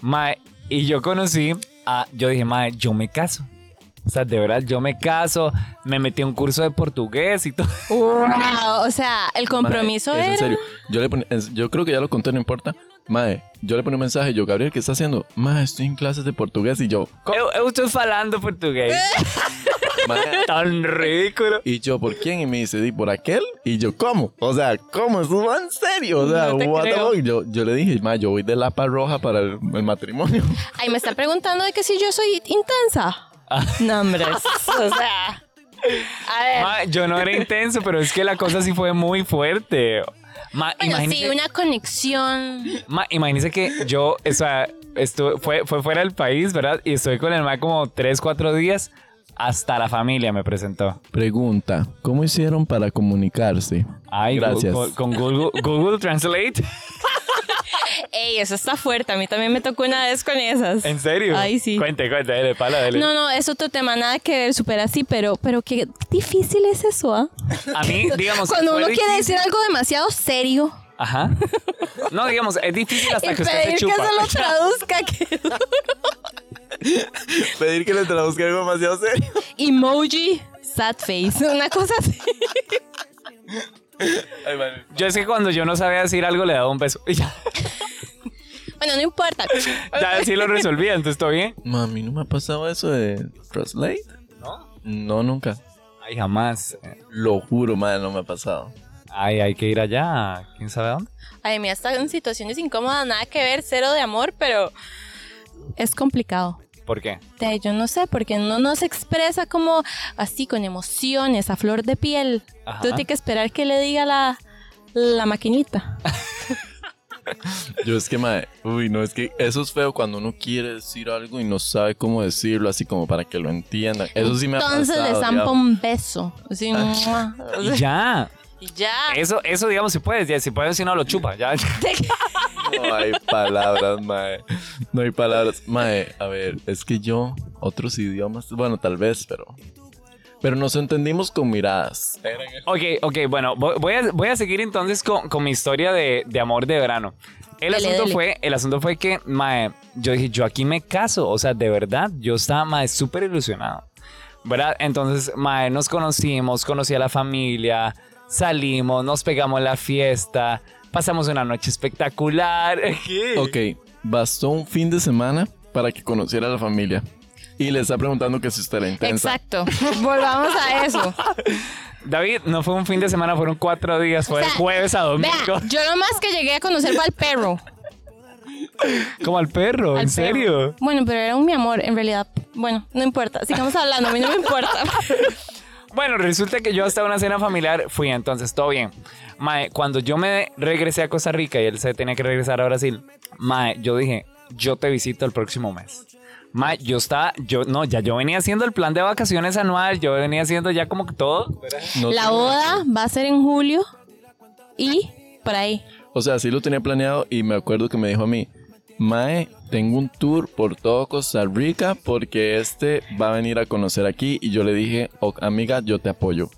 [SPEAKER 4] Mae, y yo conocí a, yo dije, mae, yo me caso. O sea, de verdad, yo me caso, me metí a un curso de portugués y todo.
[SPEAKER 6] Wow, o sea, el compromiso
[SPEAKER 5] Mae, es
[SPEAKER 6] era.
[SPEAKER 5] en serio. Yo, le pon- es- yo creo que ya lo conté, no importa. Mae, yo le pongo un mensaje. Yo, Gabriel, ¿qué está haciendo? Mae, estoy en clases de portugués. Y yo,
[SPEAKER 4] Eu, eu estoy falando portugués.
[SPEAKER 6] Eh,
[SPEAKER 5] mae.
[SPEAKER 4] Tan ridículo.
[SPEAKER 5] Y yo, ¿por quién? Y me dice, di, por aquel. Y yo, ¿cómo? O sea, ¿cómo? ¿Es en serio? O sea,
[SPEAKER 6] No te
[SPEAKER 5] what the
[SPEAKER 6] creo.
[SPEAKER 5] fuck? Yo, yo le dije, mae, yo voy de lapa roja para el, el matrimonio.
[SPEAKER 6] Ay, me está preguntando de que si yo soy intensa.
[SPEAKER 4] Ah.
[SPEAKER 6] No, hombre. O sea. A ver.
[SPEAKER 4] Ma, yo no era intenso, pero es que la cosa sí fue muy fuerte. Ma,
[SPEAKER 6] Bueno,
[SPEAKER 4] imagínese-
[SPEAKER 6] sí, una conexión.
[SPEAKER 4] Ma, imagínese que yo, o sea, estuve, fue, fue fuera del país, ¿verdad? Y estuve con el ma como 3, 4 días. Hasta la familia me presentó.
[SPEAKER 5] Pregunta, ¿cómo hicieron para comunicarse?
[SPEAKER 4] Ay,
[SPEAKER 5] Gracias.
[SPEAKER 4] Gu- con Google, Google Translate.
[SPEAKER 6] Ey, eso está fuerte. A mí también me tocó una vez con esas.
[SPEAKER 4] ¿En serio?
[SPEAKER 6] Ay, sí.
[SPEAKER 4] Cuente, cuente, dale, pala, dale.
[SPEAKER 6] No, no, es otro tema, nada que ver, súper así, pero, pero qué difícil es eso, ¿ah?
[SPEAKER 4] A mí, digamos.
[SPEAKER 6] Cuando
[SPEAKER 4] fue
[SPEAKER 6] uno quiere
[SPEAKER 4] difícil-
[SPEAKER 6] decir algo demasiado serio
[SPEAKER 4] Ajá. No, digamos, es difícil hasta
[SPEAKER 6] y
[SPEAKER 4] que usted
[SPEAKER 6] pedir
[SPEAKER 4] se
[SPEAKER 6] que
[SPEAKER 4] chupa.
[SPEAKER 6] se lo traduzca, que
[SPEAKER 5] Pedir que le traduzca algo demasiado serio.
[SPEAKER 6] emoji, sad face, una cosa así.
[SPEAKER 4] Yo es que cuando yo no sabía decir algo le daba un beso. Y ya.
[SPEAKER 6] Bueno, no importa.
[SPEAKER 4] Ya sí lo resolví, entonces todo bien.
[SPEAKER 5] Mami, ¿no me ha pasado eso de Translate?
[SPEAKER 4] ¿No?
[SPEAKER 5] No, nunca.
[SPEAKER 4] Ay, jamás.
[SPEAKER 5] Lo juro, madre, no me ha pasado.
[SPEAKER 4] Ay, hay que ir allá. ¿Quién sabe a dónde?
[SPEAKER 6] Ay, mira, está en situaciones incómodas, nada que ver, cero de amor, pero es complicado.
[SPEAKER 4] ¿Por qué?
[SPEAKER 6] Te- Yo no sé, porque no nos expresa como así, con emociones, a flor de piel.
[SPEAKER 4] Ajá.
[SPEAKER 6] Tú tienes que esperar que le diga la, la maquinita.
[SPEAKER 5] Yo es que, madre, uy, no, es que eso es feo cuando uno quiere decir algo y no sabe cómo decirlo, así como para que lo entiendan. Eso sí me ha pasado.
[SPEAKER 6] Entonces le zampa
[SPEAKER 5] digamos.
[SPEAKER 6] un beso. Así,
[SPEAKER 4] Ah.
[SPEAKER 6] ¡mua!
[SPEAKER 4] Y ya.
[SPEAKER 6] Y ya.
[SPEAKER 4] Eso, eso digamos, si puedes. ya, si puedes, si no, lo chupa. Ya.
[SPEAKER 5] No hay palabras, mae. No hay palabras. Mae, a ver, es que yo, otros idiomas, bueno, tal vez, pero. Pero nos entendimos con miradas.
[SPEAKER 4] Ok, ok, bueno, vo- voy a, voy a seguir entonces con, con mi historia de, de amor de verano. El
[SPEAKER 6] Dele,
[SPEAKER 4] asunto,
[SPEAKER 6] dele.
[SPEAKER 4] Fue, el asunto fue que, mae, yo dije, yo aquí me caso, o sea, de verdad, yo estaba, mae, súper ilusionado, ¿verdad? Entonces, mae, nos conocimos, conocí a la familia, salimos, nos pegamos la fiesta, pasamos una noche espectacular.
[SPEAKER 5] Ok, bastó un fin de semana para que conociera a la familia. Y le está preguntando que si usted la intensa.
[SPEAKER 6] Exacto. Volvamos a eso.
[SPEAKER 4] David, no fue un fin de semana, fueron cuatro días, fue
[SPEAKER 6] O
[SPEAKER 4] de
[SPEAKER 6] sea,
[SPEAKER 4] jueves a domingo,
[SPEAKER 6] Vea, yo lo más que llegué a conocer fue al perro.
[SPEAKER 4] como al perro,
[SPEAKER 6] Al
[SPEAKER 4] ¿en
[SPEAKER 6] perro.
[SPEAKER 4] serio?
[SPEAKER 6] Bueno, pero era un mi amor, en realidad. Bueno, no importa. Sigamos hablando, a mí no me importa.
[SPEAKER 4] Bueno, resulta que yo hasta una cena familiar fui, entonces todo bien. Mae, cuando yo me regresé a Costa Rica y él se tenía que regresar a Brasil, mae, yo dije, yo te visito el próximo mes. Mae, yo estaba, yo, no, ya yo venía haciendo el plan de vacaciones anual, yo venía haciendo ya como que todo.
[SPEAKER 5] No-
[SPEAKER 6] La boda va a ser en julio y por ahí.
[SPEAKER 5] O sea, sí lo tenía planeado y me acuerdo que me dijo a mí, Mae, tengo un tour por todo Costa Rica porque este va a venir a conocer aquí y yo le dije, "O- amiga, yo te apoyo.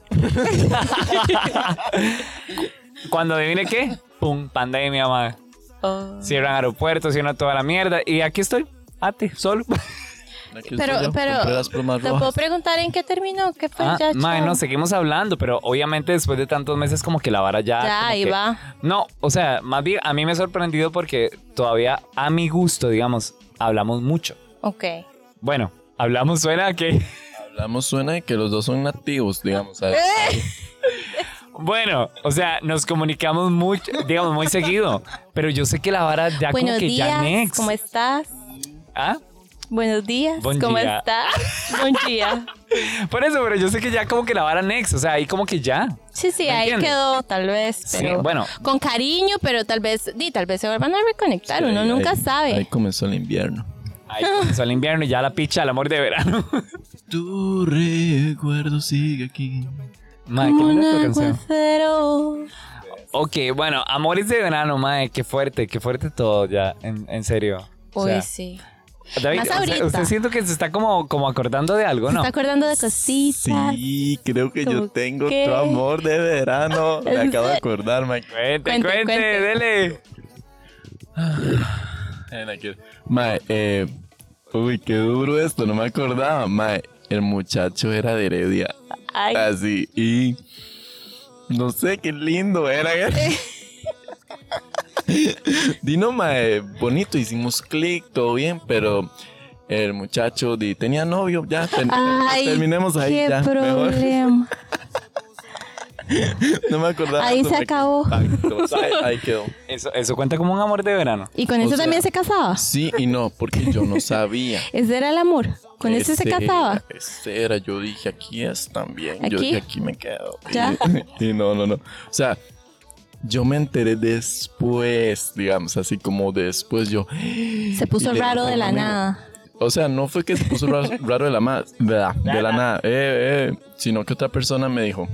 [SPEAKER 4] Cuando adivine qué, pum, pandemia, mae.
[SPEAKER 6] Oh.
[SPEAKER 4] Cierran aeropuertos, cierran toda la mierda, y aquí estoy, ate, solo.
[SPEAKER 5] Aquí estoy
[SPEAKER 6] Pero,
[SPEAKER 5] yo,
[SPEAKER 6] pero,
[SPEAKER 5] compré las plumas
[SPEAKER 6] ¿te
[SPEAKER 5] rojas.
[SPEAKER 6] puedo preguntar en qué terminó? ¿Qué fue
[SPEAKER 4] Ah,
[SPEAKER 6] ya?
[SPEAKER 4] mae,
[SPEAKER 6] chao?
[SPEAKER 4] no, seguimos hablando, pero obviamente después de tantos meses como que la vara ya...
[SPEAKER 6] Ya,
[SPEAKER 4] como
[SPEAKER 6] ahí
[SPEAKER 4] que-
[SPEAKER 6] va.
[SPEAKER 4] No, o sea, más bien a mí me ha sorprendido porque todavía a mi gusto, digamos, hablamos mucho.
[SPEAKER 6] Ok.
[SPEAKER 4] Bueno, hablamos suena a que...
[SPEAKER 5] Hablamos suena de que los dos son nativos, digamos.
[SPEAKER 6] Eh,
[SPEAKER 5] ¿sabes?
[SPEAKER 4] Bueno, o sea, nos comunicamos mucho, digamos, muy seguido. Pero yo sé que la vara ya
[SPEAKER 6] Buenos
[SPEAKER 4] como que ya
[SPEAKER 6] días,
[SPEAKER 4] next.
[SPEAKER 6] ¿cómo estás?
[SPEAKER 4] ¿Ah?
[SPEAKER 6] Buenos días,
[SPEAKER 4] Buen
[SPEAKER 6] ¿cómo
[SPEAKER 4] día.
[SPEAKER 6] estás? Buen día.
[SPEAKER 4] Por eso, pero yo sé que ya como que la vara next, o sea, ahí como que ya.
[SPEAKER 6] Sí, sí,
[SPEAKER 4] ¿Me
[SPEAKER 6] ahí
[SPEAKER 4] entiendes?
[SPEAKER 6] quedó, tal vez.
[SPEAKER 4] Sí,
[SPEAKER 6] Pero
[SPEAKER 4] bueno.
[SPEAKER 6] Con cariño, pero tal vez, di, tal vez se vuelvan a reconectar, uno
[SPEAKER 5] Ahí-
[SPEAKER 6] nunca
[SPEAKER 5] ahí-
[SPEAKER 6] sabe.
[SPEAKER 5] Ahí comenzó el invierno.
[SPEAKER 4] Ahí comenzó el invierno y ya la picha, el amor de verano.
[SPEAKER 5] Tu recuerdo sigue aquí.
[SPEAKER 4] Madre,
[SPEAKER 6] Como
[SPEAKER 4] qué
[SPEAKER 6] un
[SPEAKER 4] linda tu canción.
[SPEAKER 6] aguacero.
[SPEAKER 4] Ok, bueno, amores de verano, madre, qué fuerte, qué fuerte todo ya, en, en serio. O
[SPEAKER 6] Uy,
[SPEAKER 4] sea,
[SPEAKER 6] sí.
[SPEAKER 4] David,
[SPEAKER 6] Pues, Más
[SPEAKER 4] o sea,
[SPEAKER 6] ahorita.
[SPEAKER 4] usted siento que se está como, como acordando de algo, ¿no?
[SPEAKER 6] ¿Se está acordando de cositas?
[SPEAKER 5] Sí, creo que yo
[SPEAKER 6] ¿Cómo
[SPEAKER 5] tengo
[SPEAKER 6] qué?
[SPEAKER 5] otro amor de verano. Me acabo de acordar, Mike.
[SPEAKER 4] Cuente,
[SPEAKER 6] Cuente,
[SPEAKER 4] cuente,
[SPEAKER 6] cuente.
[SPEAKER 4] dele.
[SPEAKER 5] Ven aquí. Mae, eh, uy, qué duro esto, no me acordaba. Mae, el muchacho era de Heredia.
[SPEAKER 6] Ay,
[SPEAKER 5] Así, y. No sé qué lindo era.
[SPEAKER 6] Eh.
[SPEAKER 5] Dino, mae, bonito, hicimos clic, todo bien, pero. El muchacho di, tenía novio, ya. ten- Ah,
[SPEAKER 6] ay,
[SPEAKER 5] terminemos ahí,
[SPEAKER 6] qué
[SPEAKER 5] ya. mejor.
[SPEAKER 6] problema.
[SPEAKER 5] No me acordaba.
[SPEAKER 6] Ahí
[SPEAKER 5] eso
[SPEAKER 6] se
[SPEAKER 5] me-
[SPEAKER 6] acabó.
[SPEAKER 5] Exacto, ahí- ahí quedó.
[SPEAKER 4] Eso, eso cuenta como un amor de verano.
[SPEAKER 6] ¿Y con eso
[SPEAKER 5] sea-
[SPEAKER 6] también se casaba?
[SPEAKER 5] Sí y no, porque yo no sabía.
[SPEAKER 6] Ese era el amor. Con eso se
[SPEAKER 5] Ese
[SPEAKER 6] casaba.
[SPEAKER 5] era, ese Este, era, yo dije, aquí es también. Yo
[SPEAKER 6] ¿Aquí?
[SPEAKER 5] dije, aquí me quedo.
[SPEAKER 6] Ya.
[SPEAKER 5] Y, y no, no, no. O sea, yo me enteré después, digamos, así como después yo.
[SPEAKER 6] Se puso
[SPEAKER 5] y le
[SPEAKER 6] raro
[SPEAKER 5] dije a
[SPEAKER 6] de
[SPEAKER 5] un
[SPEAKER 6] la
[SPEAKER 5] amigo.
[SPEAKER 6] nada.
[SPEAKER 5] O sea, no fue que se puso ra- raro de la, ma- de la, de la nada, eh, eh, sino que otra persona me dijo,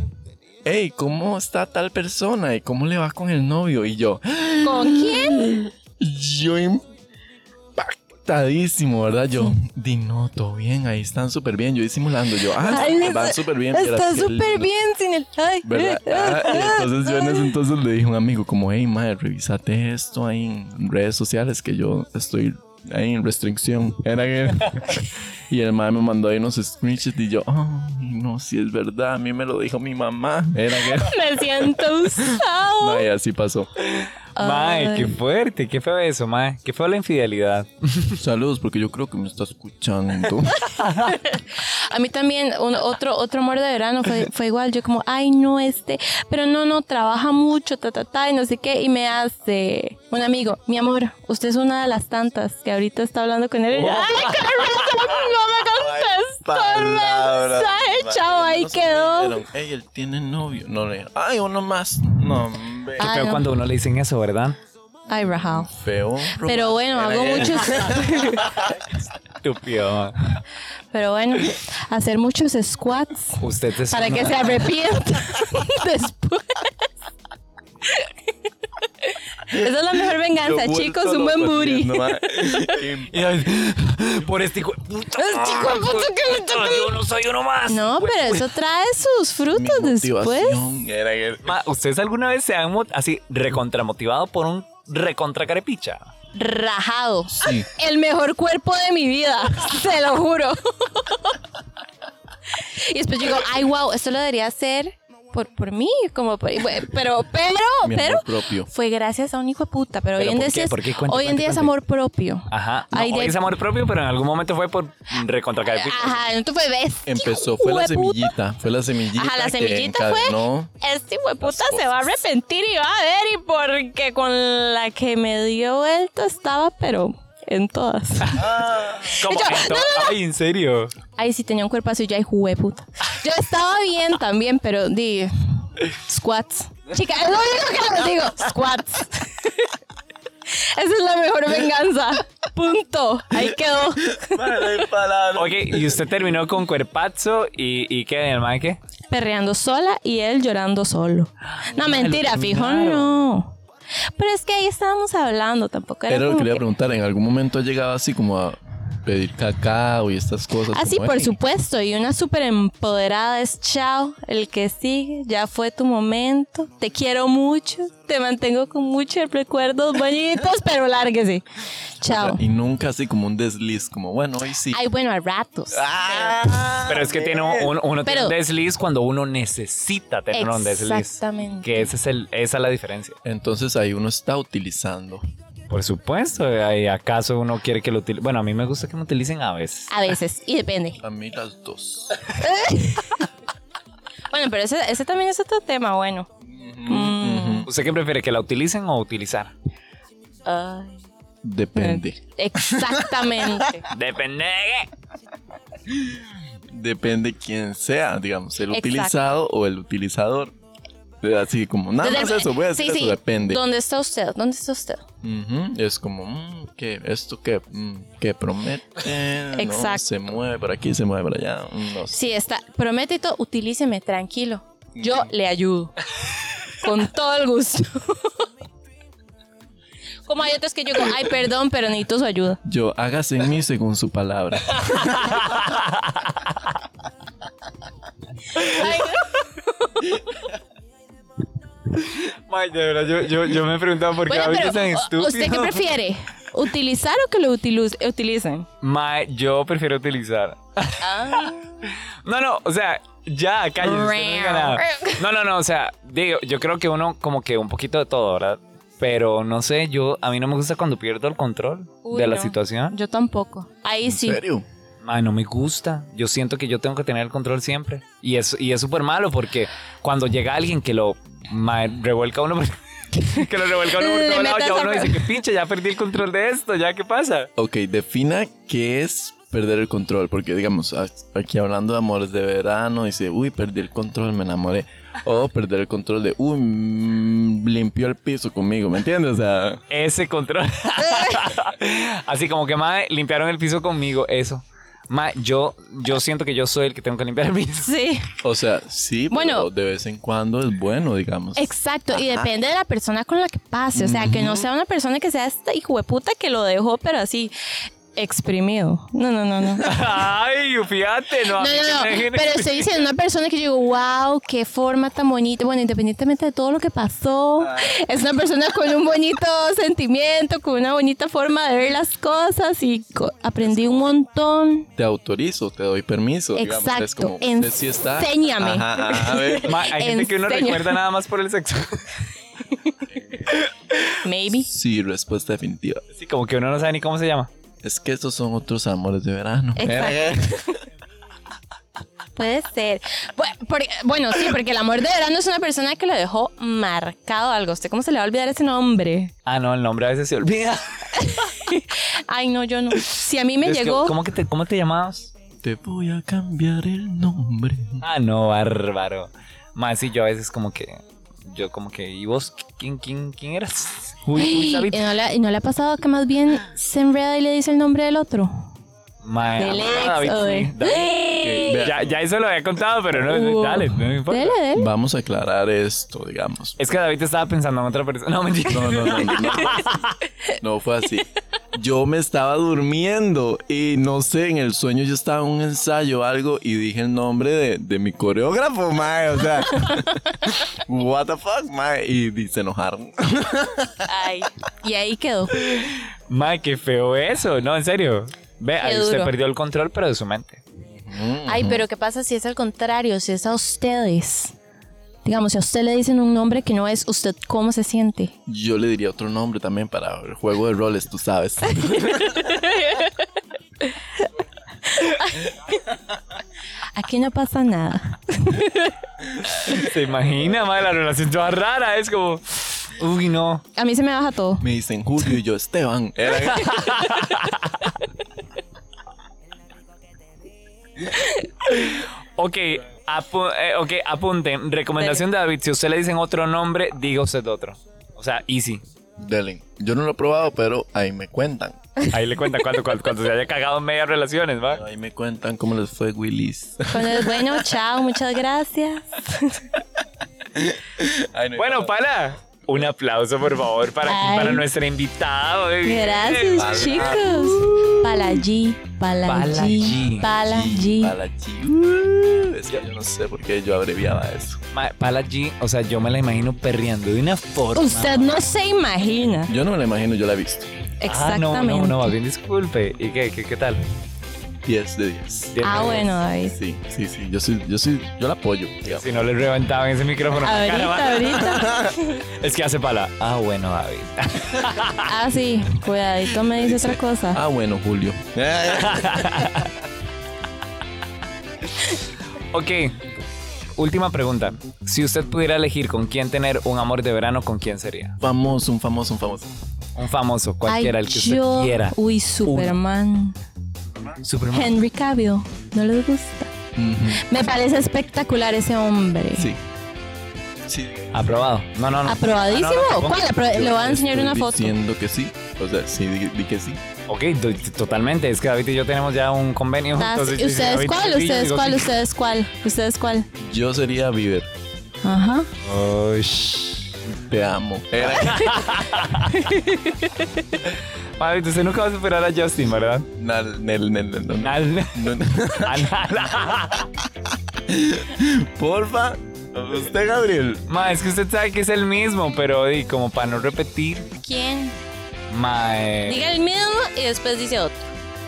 [SPEAKER 5] hey, ¿cómo está tal persona? ¿Y cómo le va con el novio? Y yo,
[SPEAKER 6] ¿Con quién?
[SPEAKER 5] yo impactadísimo, ¿verdad? Yo, di no, todo bien, ahí están súper bien. Yo disimulando, yo, ah,
[SPEAKER 6] Ay, me-
[SPEAKER 5] van súper bien. vieras
[SPEAKER 6] Está
[SPEAKER 5] qué
[SPEAKER 6] súper
[SPEAKER 5] lindo".
[SPEAKER 6] bien sin el. Ay,
[SPEAKER 5] ¿Verdad? Ah, y entonces yo en ese entonces le dije a un amigo como, hey, madre, revisate esto ahí en redes sociales que yo estoy ahí en restricción. Era que... y el madre me mandó ahí unos screenshots y yo, ay, no, si es verdad, a mí me lo dijo mi mamá. Era que...
[SPEAKER 6] Me siento usado.
[SPEAKER 5] No, y así pasó.
[SPEAKER 4] Mae, qué fuerte, qué feo eso, mae. Qué feo la infidelidad.
[SPEAKER 5] Saludos, porque yo creo que me está escuchando.
[SPEAKER 6] A mí también, un- otro, otro amor de verano fue, fue igual. Yo como, ay, no, este, pero no, no, trabaja mucho, ta, ta, ta, y no sé qué. Y me hace un amigo, mi amor, usted es una de las tantas que ahorita está hablando con él. Y
[SPEAKER 4] Oh.
[SPEAKER 6] yo, ay, qué razón, no me contestó el
[SPEAKER 5] Palabras,
[SPEAKER 6] mensaje, chavo, ahí
[SPEAKER 5] no se
[SPEAKER 6] quedó.
[SPEAKER 5] dijeron, "Ey, él tiene novio. No le Ay, uno más. No, hombre.
[SPEAKER 6] Ah,
[SPEAKER 4] Pero
[SPEAKER 6] no.
[SPEAKER 4] cuando uno le dicen eso, ¿verdad?
[SPEAKER 6] Ay, Rahal.
[SPEAKER 5] Feo.
[SPEAKER 6] Pero bueno,
[SPEAKER 5] Era
[SPEAKER 6] hago
[SPEAKER 5] él.
[SPEAKER 6] muchos,
[SPEAKER 4] Estúpido.
[SPEAKER 6] pero bueno, hacer muchos squats
[SPEAKER 4] Usted es
[SPEAKER 6] para
[SPEAKER 4] una-
[SPEAKER 6] que se arrepienta después. Esa es la mejor
[SPEAKER 5] Yo
[SPEAKER 6] venganza,
[SPEAKER 5] vuelto
[SPEAKER 6] chicos, un
[SPEAKER 5] loco
[SPEAKER 6] buen booty.
[SPEAKER 5] haciendo, ma.
[SPEAKER 4] Y ahí- Por este hijo de puta.
[SPEAKER 6] Este hijo de puta que me tocó.
[SPEAKER 4] Yo no soy uno más.
[SPEAKER 6] No, pero eso trae sus frutos
[SPEAKER 5] Mi
[SPEAKER 6] después.
[SPEAKER 5] motivación era él.
[SPEAKER 4] Pues, Ma, ¿ustedes alguna vez se han mo- así recontramotivado por un recontracarepicha?
[SPEAKER 6] Rajado. El mejor cuerpo de mi vida, se lo juro. y después digo, ay, wow, esto lo debería hacer por, por mí, como por- pero, pero,
[SPEAKER 5] Mi
[SPEAKER 6] pero.
[SPEAKER 5] amor propio.
[SPEAKER 6] Fue gracias a un hijo de puta, pero,
[SPEAKER 4] ¿Pero
[SPEAKER 6] hoy en
[SPEAKER 4] por
[SPEAKER 6] día,
[SPEAKER 4] qué?
[SPEAKER 6] sí es,
[SPEAKER 4] ¿Por qué? Cuente,
[SPEAKER 6] hoy en
[SPEAKER 4] cuente,
[SPEAKER 6] día es
[SPEAKER 4] cuente.
[SPEAKER 6] amor propio.
[SPEAKER 4] Ajá. No,
[SPEAKER 6] Ay,
[SPEAKER 4] hoy
[SPEAKER 6] de-
[SPEAKER 4] es amor propio, pero en algún momento fue por recontracarepicha.
[SPEAKER 6] Ajá, entonces fue ves.
[SPEAKER 5] Empezó, fue la
[SPEAKER 6] Hijo de puta.
[SPEAKER 5] semillita. Fue la semillita.
[SPEAKER 6] Ajá, la
[SPEAKER 5] que
[SPEAKER 6] semillita fue-
[SPEAKER 5] encadenó.
[SPEAKER 6] Este hijo de puta se va a arrepentir y va a ver, y porque con la que me dio vuelta estaba, pero en todas.
[SPEAKER 4] ¿Cómo?
[SPEAKER 6] Yo-
[SPEAKER 4] Esto- Ay, ¿en serio?
[SPEAKER 6] Ay, sí, tenía un cuerpazo y ya, jugué puta. Yo estaba bien también, pero di. Squats. Chica, es lo único que les digo. Squats. Esa es la mejor venganza. Punto. Ahí quedó.
[SPEAKER 4] Oye, y usted terminó con cuerpazo y, y qué, el mae qué?
[SPEAKER 6] Perreando sola y él llorando solo. No, mentira,
[SPEAKER 4] lo
[SPEAKER 6] fijo,
[SPEAKER 4] terminaron.
[SPEAKER 6] no. Pero es que ahí estábamos hablando, tampoco era.
[SPEAKER 5] Era lo
[SPEAKER 6] como
[SPEAKER 5] que le iba a
[SPEAKER 6] que-
[SPEAKER 5] preguntar. ¿En algún momento ha llegado así como a pedir cacao y estas cosas?
[SPEAKER 6] Ah, sí,
[SPEAKER 5] como,
[SPEAKER 6] por
[SPEAKER 5] "Ey,
[SPEAKER 6] supuesto. Y una súper empoderada es chao, el que sigue, ya fue tu momento. Te quiero mucho, te mantengo con muchos recuerdos bonitos, pero lárguese. Chao.
[SPEAKER 5] Y nunca así como un desliz, como bueno, hoy sí. Ah,
[SPEAKER 6] Ay, bueno, a ratos.
[SPEAKER 4] Pero es que tiene un, uno tiene
[SPEAKER 6] Pero-
[SPEAKER 4] un desliz cuando uno necesita tener un desliz.
[SPEAKER 6] Exactamente.
[SPEAKER 4] Que ese es el, esa es la diferencia.
[SPEAKER 5] Entonces ahí uno está utilizando.
[SPEAKER 4] Por supuesto, ¿y ¿acaso uno quiere que lo utilicen? Bueno, a mí me gusta que me utilicen a veces.
[SPEAKER 6] A veces, y depende.
[SPEAKER 5] A mí las dos.
[SPEAKER 6] Bueno, pero ese, ese también es otro tema, bueno. Mm,
[SPEAKER 4] ¿Usted qué prefiere, que la utilicen o utilizar?
[SPEAKER 6] ay,
[SPEAKER 5] Depende.
[SPEAKER 6] exactamente.
[SPEAKER 4] Depende de qué.
[SPEAKER 5] Depende quién sea, digamos, el
[SPEAKER 6] Exacto.
[SPEAKER 5] utilizado o el utilizador. Así como, nada
[SPEAKER 6] Desde-
[SPEAKER 5] más eso, voy a decir
[SPEAKER 6] sí,
[SPEAKER 5] eso,
[SPEAKER 6] sí.
[SPEAKER 5] depende.
[SPEAKER 6] ¿Dónde está usted? ¿Dónde está usted?
[SPEAKER 5] Ujú, Es como, mm, ¿qué? ¿Esto qué? Mm, ¿Qué promete? No,
[SPEAKER 6] Exacto.
[SPEAKER 5] se mueve para aquí, se mueve para allá. mm, No sé.
[SPEAKER 6] Sí, está. Promete y todo. Utilíceme, tranquilo. Yo le ayudo. Con todo el gusto. Como hay otros que yo digo, ay, perdón, pero necesito su ayuda.
[SPEAKER 5] Yo, hágase en mí según su palabra.
[SPEAKER 6] Ay,
[SPEAKER 4] Ay, de verdad, yo, yo, yo me preguntaba por qué
[SPEAKER 6] bueno,
[SPEAKER 4] a veces
[SPEAKER 6] pero,
[SPEAKER 4] tan
[SPEAKER 6] o-
[SPEAKER 4] estúpido.
[SPEAKER 6] ¿usted qué prefiere? ¿Utilizar o que lo utilu- utilicen?
[SPEAKER 4] Mae, yo prefiero utilizar.
[SPEAKER 6] Ah.
[SPEAKER 4] No, no, o sea, ya, cállese. usted no diga nada. No, no, no, o sea, digo, yo creo que uno como que un poquito de todo, ¿verdad? Pero no sé, yo, a mí no me gusta cuando pierdo el control
[SPEAKER 6] Uy,
[SPEAKER 4] de la
[SPEAKER 6] no.
[SPEAKER 4] situación.
[SPEAKER 6] Yo tampoco. Ahí sí.
[SPEAKER 5] ¿En serio?
[SPEAKER 4] Mae, no me gusta. Yo siento que yo tengo que tener el control siempre. Y es y es súper malo porque cuando llega alguien que lo mae, revuelca a uno por- que lo revuelca a uno por
[SPEAKER 6] Le
[SPEAKER 4] todo lado,
[SPEAKER 6] metes
[SPEAKER 4] ya
[SPEAKER 6] a-
[SPEAKER 4] uno dice que pinche, ya perdí el control de esto, ya qué pasa.
[SPEAKER 5] Ok, defina qué es perder el control, porque digamos, a- aquí hablando de amores de verano, dice, uy, perdí el control, me enamoré. O perder el control de, uy, mm, limpió el piso conmigo, ¿me entiendes? O sea,
[SPEAKER 4] Ese control. Así como que mae, limpiaron el piso conmigo, eso. Mae, yo, yo siento que yo soy el que tengo que limpiar el piso.
[SPEAKER 6] Sí.
[SPEAKER 5] o sea sí,
[SPEAKER 6] Bueno.
[SPEAKER 5] pero de vez en cuando es bueno, digamos.
[SPEAKER 6] Exacto, y depende de la persona con la que pase. O sea, que no sea una persona que sea esta hijo de puta que lo dejó, pero así, exprimido. No, no, no, no.
[SPEAKER 4] Ay, fíjate, no. a
[SPEAKER 6] No,
[SPEAKER 4] mí que
[SPEAKER 6] no,
[SPEAKER 4] me
[SPEAKER 6] no.
[SPEAKER 4] dejen-
[SPEAKER 6] Pero estoy diciendo una persona que yo digo, wow, qué forma tan bonita. Bueno, independientemente de todo lo que pasó,
[SPEAKER 4] Ah.
[SPEAKER 6] es una persona con un bonito sentimiento, con una bonita forma de ver las cosas y co- aprendí un montón.
[SPEAKER 5] Te autorizo, te doy permiso, digamos. Es
[SPEAKER 6] Exacto.
[SPEAKER 5] como, usted sí está.
[SPEAKER 6] Enséñame.
[SPEAKER 5] Ajá, ajá, a ver.
[SPEAKER 4] Ma, hay gente que uno
[SPEAKER 6] Enseña.
[SPEAKER 4] recuerda nada más por el sexo.
[SPEAKER 6] Maybe.
[SPEAKER 5] Sí, respuesta definitiva.
[SPEAKER 4] Sí, como que uno no sabe ni cómo se llama.
[SPEAKER 5] Es que estos son otros amores de verano.
[SPEAKER 6] Exacto. Puede ser. Bu- porque- Bueno, sí, porque el amor de verano es una persona que lo dejó marcado algo. ¿Usted cómo se le va a olvidar ese nombre?
[SPEAKER 4] Ah, no, el nombre a veces se olvida.
[SPEAKER 6] Ay, no, yo no. Si a mí me
[SPEAKER 4] Es que,
[SPEAKER 6] llegó.
[SPEAKER 4] ¿Cómo, que te, ¿Cómo te llamabas?
[SPEAKER 5] Te voy a cambiar el nombre.
[SPEAKER 4] Ah, no, bárbaro. Más sí, yo a veces como que. Yo como que. ¿Y vos quién, quién, quién eras? Uy, uy,
[SPEAKER 6] Ay,
[SPEAKER 4] sabit.
[SPEAKER 6] ¿Y no, le, y no le ha pasado que más bien se enreda y le dice el nombre del otro?
[SPEAKER 4] Mae,
[SPEAKER 6] Del
[SPEAKER 4] ah,
[SPEAKER 6] ex,
[SPEAKER 4] David,
[SPEAKER 6] o de-
[SPEAKER 4] sí, David, que ya, ya eso lo había contado, pero no,
[SPEAKER 6] Uh,
[SPEAKER 4] dale, no me importa.
[SPEAKER 6] Dele, dele.
[SPEAKER 5] Vamos a aclarar esto, digamos.
[SPEAKER 4] Es que David estaba pensando en otra persona. No, mentira.
[SPEAKER 5] No, no, no, no. No fue así. Yo me estaba durmiendo y no sé, en el sueño yo estaba en un ensayo o algo y dije el nombre de, de mi coreógrafo, mae. O sea, what the fuck, mae. Y, di- se enojaron.
[SPEAKER 6] Ay, y ahí quedó.
[SPEAKER 4] Mae, qué feo eso. No, en serio. Ve, ahí usted
[SPEAKER 6] duro.
[SPEAKER 4] perdió el control, pero de su mente. Mm.
[SPEAKER 6] Ay, pero ¿qué pasa si es al contrario? Si es a ustedes. Digamos, si a usted le dicen un nombre que no es usted, ¿cómo se siente?
[SPEAKER 5] Yo le diría otro nombre también para el juego de roles, tú sabes.
[SPEAKER 6] Aquí no pasa nada.
[SPEAKER 4] ¿Se imagina, mae? La relación toda rara. Es como. Uy, no.
[SPEAKER 6] A mí se me baja todo.
[SPEAKER 5] Me dicen Julio y yo Esteban. Era-
[SPEAKER 4] Ok, apu- eh, ok, apunten. Recomendación de David: si usted le dicen otro nombre, diga usted otro. O sea, easy.
[SPEAKER 5] Delen. Yo no lo he probado, pero ahí me cuentan.
[SPEAKER 4] Ahí le cuenta cuando, cuando, cuando se haya cagado en medias relaciones, ¿va?
[SPEAKER 5] Ahí me cuentan cómo les fue Willis.
[SPEAKER 6] Cuando es bueno, chao, muchas gracias.
[SPEAKER 4] Bueno, pala. Un aplauso, por favor, para,
[SPEAKER 6] Ay.
[SPEAKER 4] para nuestra invitada. baby.
[SPEAKER 6] Gracias,
[SPEAKER 4] Pala.
[SPEAKER 6] chicos. Palallí, palallí,
[SPEAKER 4] Palallí.
[SPEAKER 6] palallí.
[SPEAKER 5] Para chi- Uh, es que yo no sé por qué yo abreviaba eso.
[SPEAKER 4] Ma- Pala G, o sea, yo me la imagino perreando de una forma.
[SPEAKER 6] Usted no se imagina.
[SPEAKER 5] Yo no me lo imagino, yo la he visto.
[SPEAKER 4] Ah,
[SPEAKER 6] Exactamente.
[SPEAKER 4] no, no, no, más bien disculpe. ¿Y qué, qué, qué tal?
[SPEAKER 5] 10 de 10.
[SPEAKER 4] Bien,
[SPEAKER 6] Ah,
[SPEAKER 4] bien.
[SPEAKER 6] bueno, David.
[SPEAKER 5] Sí, sí, sí. Yo soy, yo soy, yo la apoyo. digamos.
[SPEAKER 4] Si no le reventaban ese micrófono. en la
[SPEAKER 6] Ah.
[SPEAKER 4] cara,
[SPEAKER 6] Ahorita,
[SPEAKER 4] ¿va?
[SPEAKER 6] ahorita.
[SPEAKER 4] Es que hace pala. Ah, bueno, David.
[SPEAKER 6] Ah, sí, cuidadito me dice otra cosa.
[SPEAKER 5] Ah, bueno, Julio.
[SPEAKER 4] Ok. Última pregunta. Si usted pudiera elegir con quién tener un amor de verano, ¿con quién sería?
[SPEAKER 5] famoso, un famoso, un famoso.
[SPEAKER 4] Un famoso, cualquiera,
[SPEAKER 6] Ay,
[SPEAKER 4] el que
[SPEAKER 6] yo-
[SPEAKER 4] usted quiera.
[SPEAKER 6] Uy, Superman.
[SPEAKER 4] Superman.
[SPEAKER 6] Henry Cavill. No les gusta.
[SPEAKER 5] Ujú,
[SPEAKER 6] Me parece espectacular ese hombre.
[SPEAKER 5] Sí. Sí.
[SPEAKER 4] Aprobado. No, no, no.
[SPEAKER 6] ¿Aprobadísimo?
[SPEAKER 4] Ah, no, no,
[SPEAKER 6] ¿Cuál? Apro- Le voy a enseñar
[SPEAKER 5] Estoy
[SPEAKER 6] una foto.
[SPEAKER 5] Diciendo que sí. O sea, sí, di, di que sí.
[SPEAKER 4] Ok, to- totalmente. Es que David y yo tenemos ya un convenio.
[SPEAKER 6] Ah,
[SPEAKER 4] entonces
[SPEAKER 6] sí.
[SPEAKER 4] yo digo,
[SPEAKER 6] ¿Ustedes
[SPEAKER 4] David,
[SPEAKER 6] cuál?
[SPEAKER 4] sí, yo
[SPEAKER 6] ¿Ustedes
[SPEAKER 4] digo,
[SPEAKER 6] cuál?
[SPEAKER 4] sí.
[SPEAKER 6] ¿Ustedes cuál? ¿Ustedes cuál?
[SPEAKER 5] Yo sería Bieber.
[SPEAKER 6] Ajá.
[SPEAKER 4] Oh, sh-
[SPEAKER 5] Te amo. Era-
[SPEAKER 4] Ay, usted nunca va a superar a Justin, ¿verdad?
[SPEAKER 5] Nal- nel- nel- nel- no, no.
[SPEAKER 4] Al-
[SPEAKER 5] No, no.
[SPEAKER 4] al-
[SPEAKER 5] Porfa. Usted, Gabriel.
[SPEAKER 4] Ma, es que usted sabe que es el mismo, pero di, como para no repetir,
[SPEAKER 6] ¿Quién?
[SPEAKER 4] ma, eh,
[SPEAKER 6] Diga el mismo y después dice otro.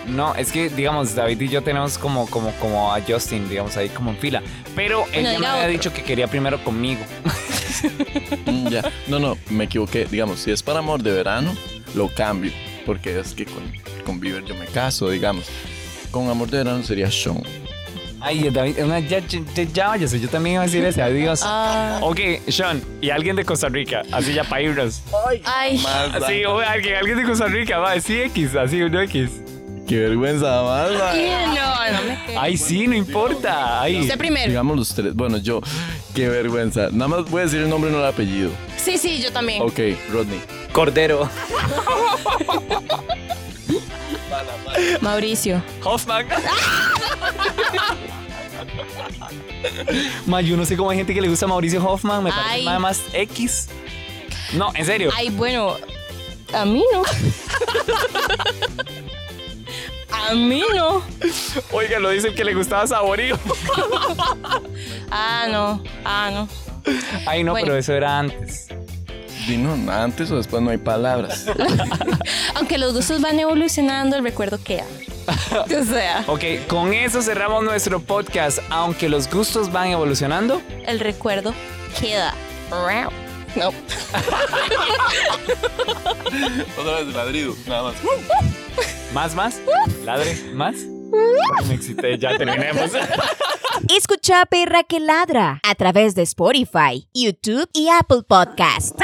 [SPEAKER 4] no, es que digamos David y yo tenemos como como como a Justin, digamos ahí como en fila, pero él
[SPEAKER 6] Bueno,
[SPEAKER 4] ya me
[SPEAKER 6] diga
[SPEAKER 4] había
[SPEAKER 6] otro.
[SPEAKER 4] dicho que quería primero conmigo.
[SPEAKER 5] Mm, ya. No, no, me equivoqué. Digamos, si es para amor de verano, lo cambio. Porque es que con, con Bieber yo me caso, digamos. Con amor de verano sería Sean.
[SPEAKER 4] Ay, eh, David, una- ya, ya, ya, ya váyase, yo también iba a decir ese, adiós.
[SPEAKER 6] Ah.
[SPEAKER 4] Ok, Sean, y alguien de Costa Rica, así ya para irnos.
[SPEAKER 6] Ay,
[SPEAKER 4] Sí, o alguien, alguien de Costa Rica, va, sí X, así uno X.
[SPEAKER 5] Qué vergüenza, mala.
[SPEAKER 6] ¿quién? No, no me quedo.
[SPEAKER 4] Ay, sí, no importa. Ay.
[SPEAKER 6] Usted primero.
[SPEAKER 5] Digamos los tres. Bueno, yo, qué vergüenza. Nada más voy a decir el nombre, no el apellido.
[SPEAKER 6] Sí, sí, yo también.
[SPEAKER 5] Ok, Rodney.
[SPEAKER 4] Cordero.
[SPEAKER 6] Mauricio.
[SPEAKER 4] Hoffman. Ma, yo no sé cómo hay gente que le gusta a Mauricio Hoffman. Me parece
[SPEAKER 6] Ay.
[SPEAKER 4] nada más X. No, en serio.
[SPEAKER 6] Ay, bueno, a mí no. a mí no.
[SPEAKER 4] Oiga, lo dicen que le gustaba Saborío.
[SPEAKER 6] Ah, no. Ah, no.
[SPEAKER 4] Ay, no,
[SPEAKER 6] Bueno.
[SPEAKER 4] pero eso era antes.
[SPEAKER 5] Dino, antes o después no hay palabras.
[SPEAKER 6] Aunque los gustos van evolucionando, el recuerdo queda. O sea,
[SPEAKER 4] Ok, con eso cerramos nuestro podcast. Aunque los gustos van evolucionando.
[SPEAKER 6] el recuerdo queda. No.
[SPEAKER 5] Otra vez ladrido, nada más.
[SPEAKER 4] Más, más. Ladre, más. Me excité, ya terminemos.
[SPEAKER 3] Escucha Perra que Ladra a través de Spotify, YouTube y Apple Podcast.